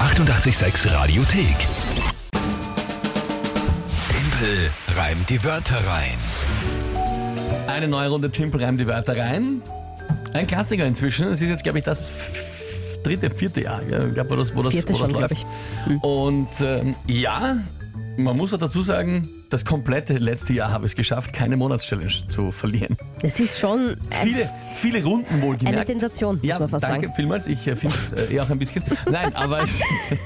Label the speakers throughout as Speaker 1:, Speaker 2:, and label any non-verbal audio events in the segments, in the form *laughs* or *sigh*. Speaker 1: 886 Radiothek. Tempel reimt die Wörter rein.
Speaker 2: Eine neue Runde Timpel reimt die Wörter rein. Ein Klassiker inzwischen. Es ist jetzt, glaube ich, das f- dritte, vierte Jahr, gell? Ich glaub, wo das, wo das,
Speaker 3: Vierte
Speaker 2: wo das
Speaker 3: schon, glaub Hm.
Speaker 2: läuft. Und ähm, ja, man muss auch dazu sagen, das komplette letzte Jahr habe ich es geschafft, keine Monatschallenge zu verlieren.
Speaker 3: Das ist schon ein,
Speaker 2: Viele, viele Runden wohlgemerkt.
Speaker 3: eine Sensation, muss
Speaker 2: Ja,
Speaker 3: man fast
Speaker 2: danke
Speaker 3: sagen.
Speaker 2: vielmals. Ich äh, finde es äh, eh auch ein bisschen. Nein, aber es, *laughs*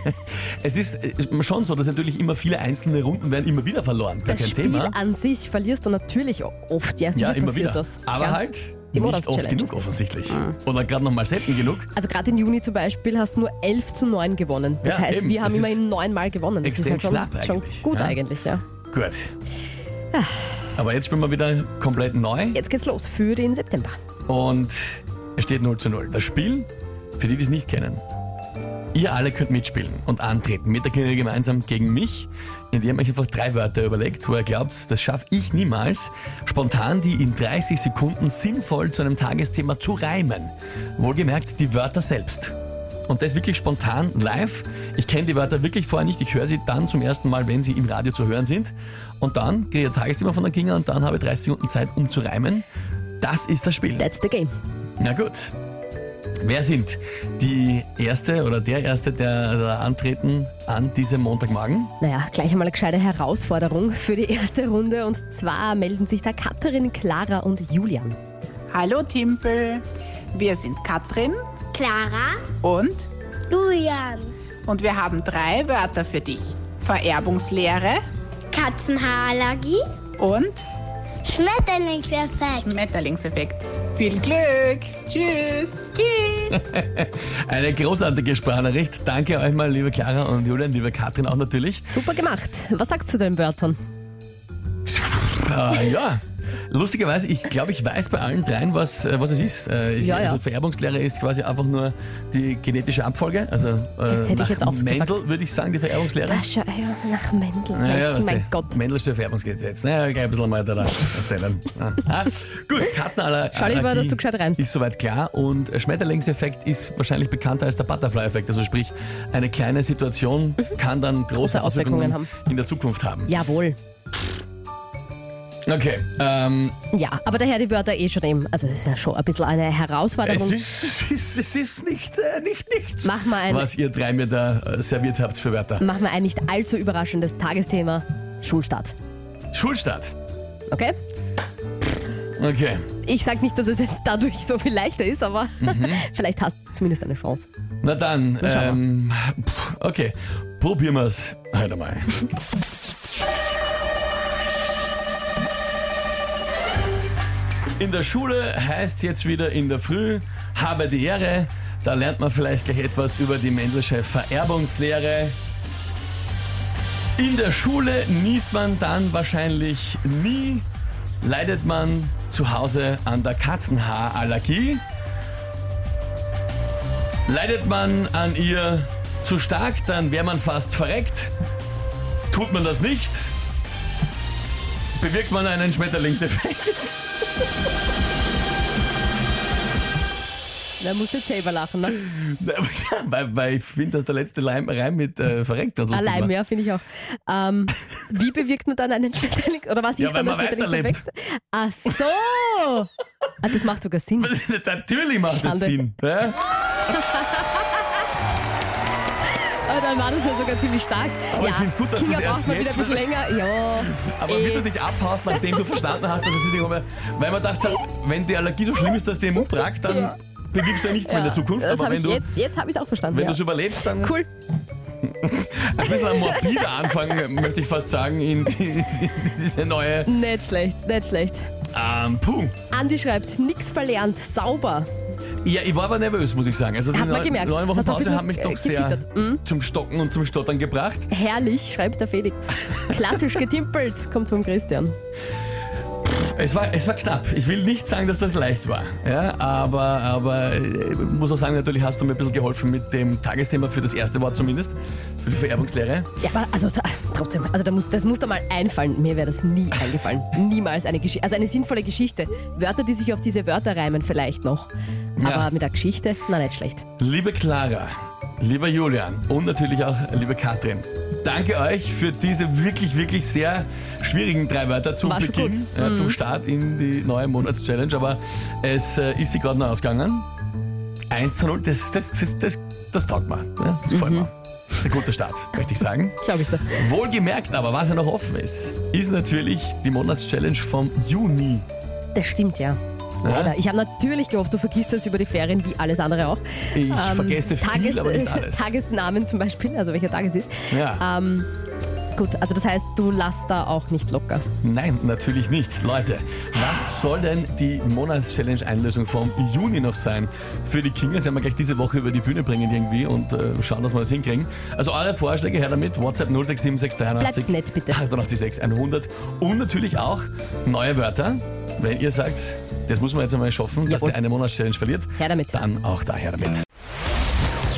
Speaker 2: es ist äh, schon so, dass natürlich immer viele einzelne Runden werden immer wieder verloren. Gar
Speaker 3: Das
Speaker 2: kein
Speaker 3: Spiel
Speaker 2: Thema.
Speaker 3: an sich verlierst du natürlich oft. Ja, sicher
Speaker 2: Ja, immer
Speaker 3: passiert
Speaker 2: wieder.
Speaker 3: das.
Speaker 2: Aber
Speaker 3: Klar.
Speaker 2: halt
Speaker 3: Die
Speaker 2: nicht oft
Speaker 3: Monatschallenge Ah.
Speaker 2: genug
Speaker 3: ist-
Speaker 2: offensichtlich. Oder gerade nochmal selten genug.
Speaker 3: Also gerade im Juni zum Beispiel hast du nur 11 zu 9 gewonnen. Das
Speaker 2: Ja,
Speaker 3: heißt,
Speaker 2: eben.
Speaker 3: wir haben
Speaker 2: Das ist
Speaker 3: immerhin neunmal gewonnen. Das
Speaker 2: extrem
Speaker 3: ist halt
Speaker 2: knapp
Speaker 3: schon, schon
Speaker 2: eigentlich,
Speaker 3: gut
Speaker 2: ja.
Speaker 3: eigentlich, ja.
Speaker 2: Gut.
Speaker 3: Ah.
Speaker 2: Aber jetzt spielen wir wieder komplett neu
Speaker 3: Jetzt geht's los für den September.
Speaker 2: und es steht 0 zu 0. Das Spiel, für die, die es nicht kennen, ihr alle könnt mitspielen und antreten mit der Kinder gemeinsam gegen mich, indem ihr euch einfach drei Wörter überlegt, wo ihr glaubt, das schaffe ich niemals, spontan die in 30 Sekunden sinnvoll zu einem Tagesthema zu reimen. Wohlgemerkt die Wörter selbst. Und das wirklich spontan live. Ich kenne die Wörter wirklich vorher nicht. Ich höre sie dann zum ersten Mal, wenn sie im Radio zu hören sind. Und dann kriege ich ein Tagesthema von der Kinga und dann habe ich 30 Sekunden Zeit, um zu reimen. Das ist das Spiel.
Speaker 3: That's the game.
Speaker 2: Na gut. Wer sind die Erste oder der Erste, der da antreten an diesem Montagmorgen?
Speaker 3: Naja, gleich einmal eine gescheite Herausforderung für die erste Runde. Und zwar melden sich da Katharin, Clara und Julian.
Speaker 4: Hallo Timpel, wir sind Katrin
Speaker 5: Clara,
Speaker 4: und
Speaker 5: Julian,
Speaker 4: und wir haben drei Wörter für dich. Vererbungslehre
Speaker 5: Katzenhaarallergie,
Speaker 4: und
Speaker 5: Schmetterlingseffekt.
Speaker 4: Schmetterlingseffekt. Viel Glück! Tschüss!
Speaker 5: Tschüss.
Speaker 2: Eine großartige Sprachnachricht. Danke euch mal, liebe Clara und Julian, liebe Katrin auch natürlich.
Speaker 3: Super gemacht. Was sagst du zu den Wörtern? *laughs*
Speaker 2: Äh, ja. Lustigerweise, ich glaube, ich weiß bei allen dreien, was, äh, was es ist. Äh, ich,
Speaker 3: Ja, ja.
Speaker 2: Also Vererbungslehre ist quasi einfach nur die genetische Abfolge. Also äh,
Speaker 3: ich
Speaker 2: nach
Speaker 3: jetzt auch so
Speaker 2: Mendel
Speaker 3: gesagt.
Speaker 2: würde ich sagen, die Vererbungslehre.
Speaker 3: Das scha- ja, nach Mendel.
Speaker 2: Ja, ja, weißt
Speaker 3: mein
Speaker 2: du,
Speaker 3: Gott.
Speaker 2: Mendelsche Färbungsgesetz. Naja, gleich ein bisschen mal da da stellen. Ah, gut, Katzenallergie.
Speaker 3: Schau lieber, dass du gescheit reimst.
Speaker 2: Ist soweit klar. Und Schmetterlingseffekt ist wahrscheinlich bekannter als der Butterfly-Effekt. Also sprich, eine kleine Situation kann dann große,
Speaker 3: Große Mhm. Auswirkungen
Speaker 2: Auswirkungen,
Speaker 3: haben.
Speaker 2: in der Zukunft haben.
Speaker 3: Jawohl.
Speaker 2: Okay, ähm,
Speaker 3: Ja, aber daher die Wörter eh schon eben. Also das ist ja schon ein bisschen eine
Speaker 2: es
Speaker 3: Herausforderung.
Speaker 2: ist, *laughs* es ist, es ist nicht, äh, nicht nichts,
Speaker 3: Mach mal ein-
Speaker 2: was ihr drei mir da äh, serviert habt für Wörter.
Speaker 3: Machen wir ein nicht allzu überraschendes Tagesthema. Schulstart.
Speaker 2: Schulstart.
Speaker 3: Okay?
Speaker 2: Okay.
Speaker 3: Ich sag nicht, dass es jetzt dadurch so viel leichter ist, aber
Speaker 2: Mhm.
Speaker 3: *laughs* vielleicht hast du zumindest eine Chance.
Speaker 2: Na dann,
Speaker 3: schauen wir.
Speaker 2: ähm, pff, okay, probieren wir's heute mal. In der Schule heißt jetzt wieder in der Früh, habe die Ehre, da lernt man vielleicht gleich etwas über die Mendelsche Vererbungslehre. In der Schule niest man dann wahrscheinlich nie, leidet man zu Hause an der Katzenhaarallergie. Leidet man an ihr zu stark, dann wäre man fast verreckt. Tut man das nicht, bewirkt man einen Schmetterlingseffekt. *laughs*
Speaker 3: Da musst du jetzt selber lachen. Ne?
Speaker 2: weil, weil ich finde, dass der letzte Leim, Reim mit äh, verreckt. Also
Speaker 3: Allein, ja, finde ich auch. Ähm, wie bewirkt man dann einen Schmetterling? Oder was
Speaker 2: Ja,
Speaker 3: ist dann
Speaker 2: wenn
Speaker 3: der
Speaker 2: man
Speaker 3: Schmetterlingseffekt? Ach so! Ah, das macht sogar
Speaker 2: *laughs*
Speaker 3: Sinn.
Speaker 2: *laughs* Natürlich macht das
Speaker 3: Schande.
Speaker 2: Sinn. Ja?
Speaker 3: Ah, dann war das ja sogar ziemlich stark.
Speaker 2: Aber
Speaker 3: ja,
Speaker 2: ich find's gut, dass
Speaker 3: Kinga
Speaker 2: du's erst
Speaker 3: braucht man wieder ein
Speaker 2: jetzt-
Speaker 3: bisschen
Speaker 2: *laughs*
Speaker 3: länger. Ja,
Speaker 2: Aber wie
Speaker 3: eh.
Speaker 2: du dich abhaust, nachdem du verstanden hast, dass es nicht weil man gedacht hat, wenn die Allergie so schlimm ist, dass die im Mund ragt, dann
Speaker 3: Ja.
Speaker 2: bewirkst du ja nichts mehr in der
Speaker 3: Ja,
Speaker 2: Zukunft.
Speaker 3: Das
Speaker 2: Aber
Speaker 3: hab
Speaker 2: wenn
Speaker 3: ich
Speaker 2: du
Speaker 3: jetzt jetzt habe ich es auch verstanden.
Speaker 2: wenn
Speaker 3: ja.
Speaker 2: du es überlebst, dann
Speaker 3: Cool.
Speaker 2: ein bisschen ein morbider Anfang, möchte ich fast sagen, in, *laughs* die, in diese neue
Speaker 3: Nicht schlecht, nicht schlecht.
Speaker 2: Ähm, puh.
Speaker 3: Andi schreibt, nix verlernt, sauber.
Speaker 2: Ja, ich war aber nervös, muss ich sagen. Also die
Speaker 3: Hat man
Speaker 2: neun-
Speaker 3: gemerkt.
Speaker 2: neun Wochen
Speaker 3: Hast du ein
Speaker 2: Pause
Speaker 3: bisschen,
Speaker 2: haben mich
Speaker 3: äh,
Speaker 2: doch sehr
Speaker 3: gezittert. Mhm.
Speaker 2: zum Stocken und zum Stottern gebracht.
Speaker 3: Herrlich, schreibt
Speaker 2: *laughs*
Speaker 3: der Felix. Klassisch getimpelt, kommt vom Christian.
Speaker 2: Es war, es war knapp. Ich will nicht sagen, dass das leicht war. Ja, aber, aber äh, ich muss auch sagen, natürlich hast du mir ein bisschen geholfen mit dem Tagesthema für das erste Wort zumindest, für die Vererbungslehre.
Speaker 3: Ja, aber also da- trotzdem, also da muss, das muss da mal einfallen. Mir wäre das nie eingefallen. Niemals eine Geschichte, also eine sinnvolle Geschichte. Wörter, die sich auf diese Wörter reimen vielleicht noch. Aber
Speaker 2: Ja.
Speaker 3: mit der Geschichte, na nicht schlecht.
Speaker 2: Liebe Clara, lieber Julian und natürlich auch liebe Katrin, danke euch für diese wirklich, wirklich sehr schwierigen drei Wörter zum
Speaker 3: War schon Mhm.
Speaker 2: Beginn, äh, zum Start in die neue Monatschallenge. Aber es äh, ist sie gerade noch ausgegangen. 1 zu 0, das, das, das, das, das taugt mir. Ja, das
Speaker 3: Mhm.
Speaker 2: gefällt mir. Das ist ein guter Start, möchte ich
Speaker 3: *laughs*
Speaker 2: sagen.
Speaker 3: Glaube ich da.
Speaker 2: Wohlgemerkt aber, was ja noch offen ist, ist natürlich die Monatschallenge vom Juni.
Speaker 3: Das stimmt ja. Leider. Ich habe natürlich gehofft, du vergisst das über die Ferien wie alles andere auch.
Speaker 2: Ich vergesse viel, aber nicht alles.
Speaker 3: Tagesnamen zum Beispiel, also welcher Tag es ist.
Speaker 2: Ja.
Speaker 3: Ähm, gut, also das heißt, du lass da auch nicht locker.
Speaker 2: Nein, natürlich nicht. Leute, was soll denn die Monatschallenge-Einlösung vom Juni noch sein? Für die Kingers werden wir gleich diese Woche über die Bühne bringen irgendwie und äh, schauen, dass wir das hinkriegen. Also eure Vorschläge her damit. WhatsApp 067683.
Speaker 3: Bleibt's nett, bitte.
Speaker 2: 886 100. Und natürlich auch neue Wörter, wenn ihr sagt, das muss man jetzt einmal schaffen, dass
Speaker 3: Jawohl.
Speaker 2: der eine Monatschallenge verliert.
Speaker 3: Her damit.
Speaker 2: Dann auch da her damit.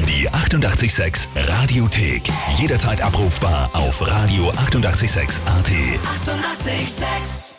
Speaker 1: Die 886 Radiothek. Jederzeit abrufbar auf radio886.at. 886!
Speaker 6: 886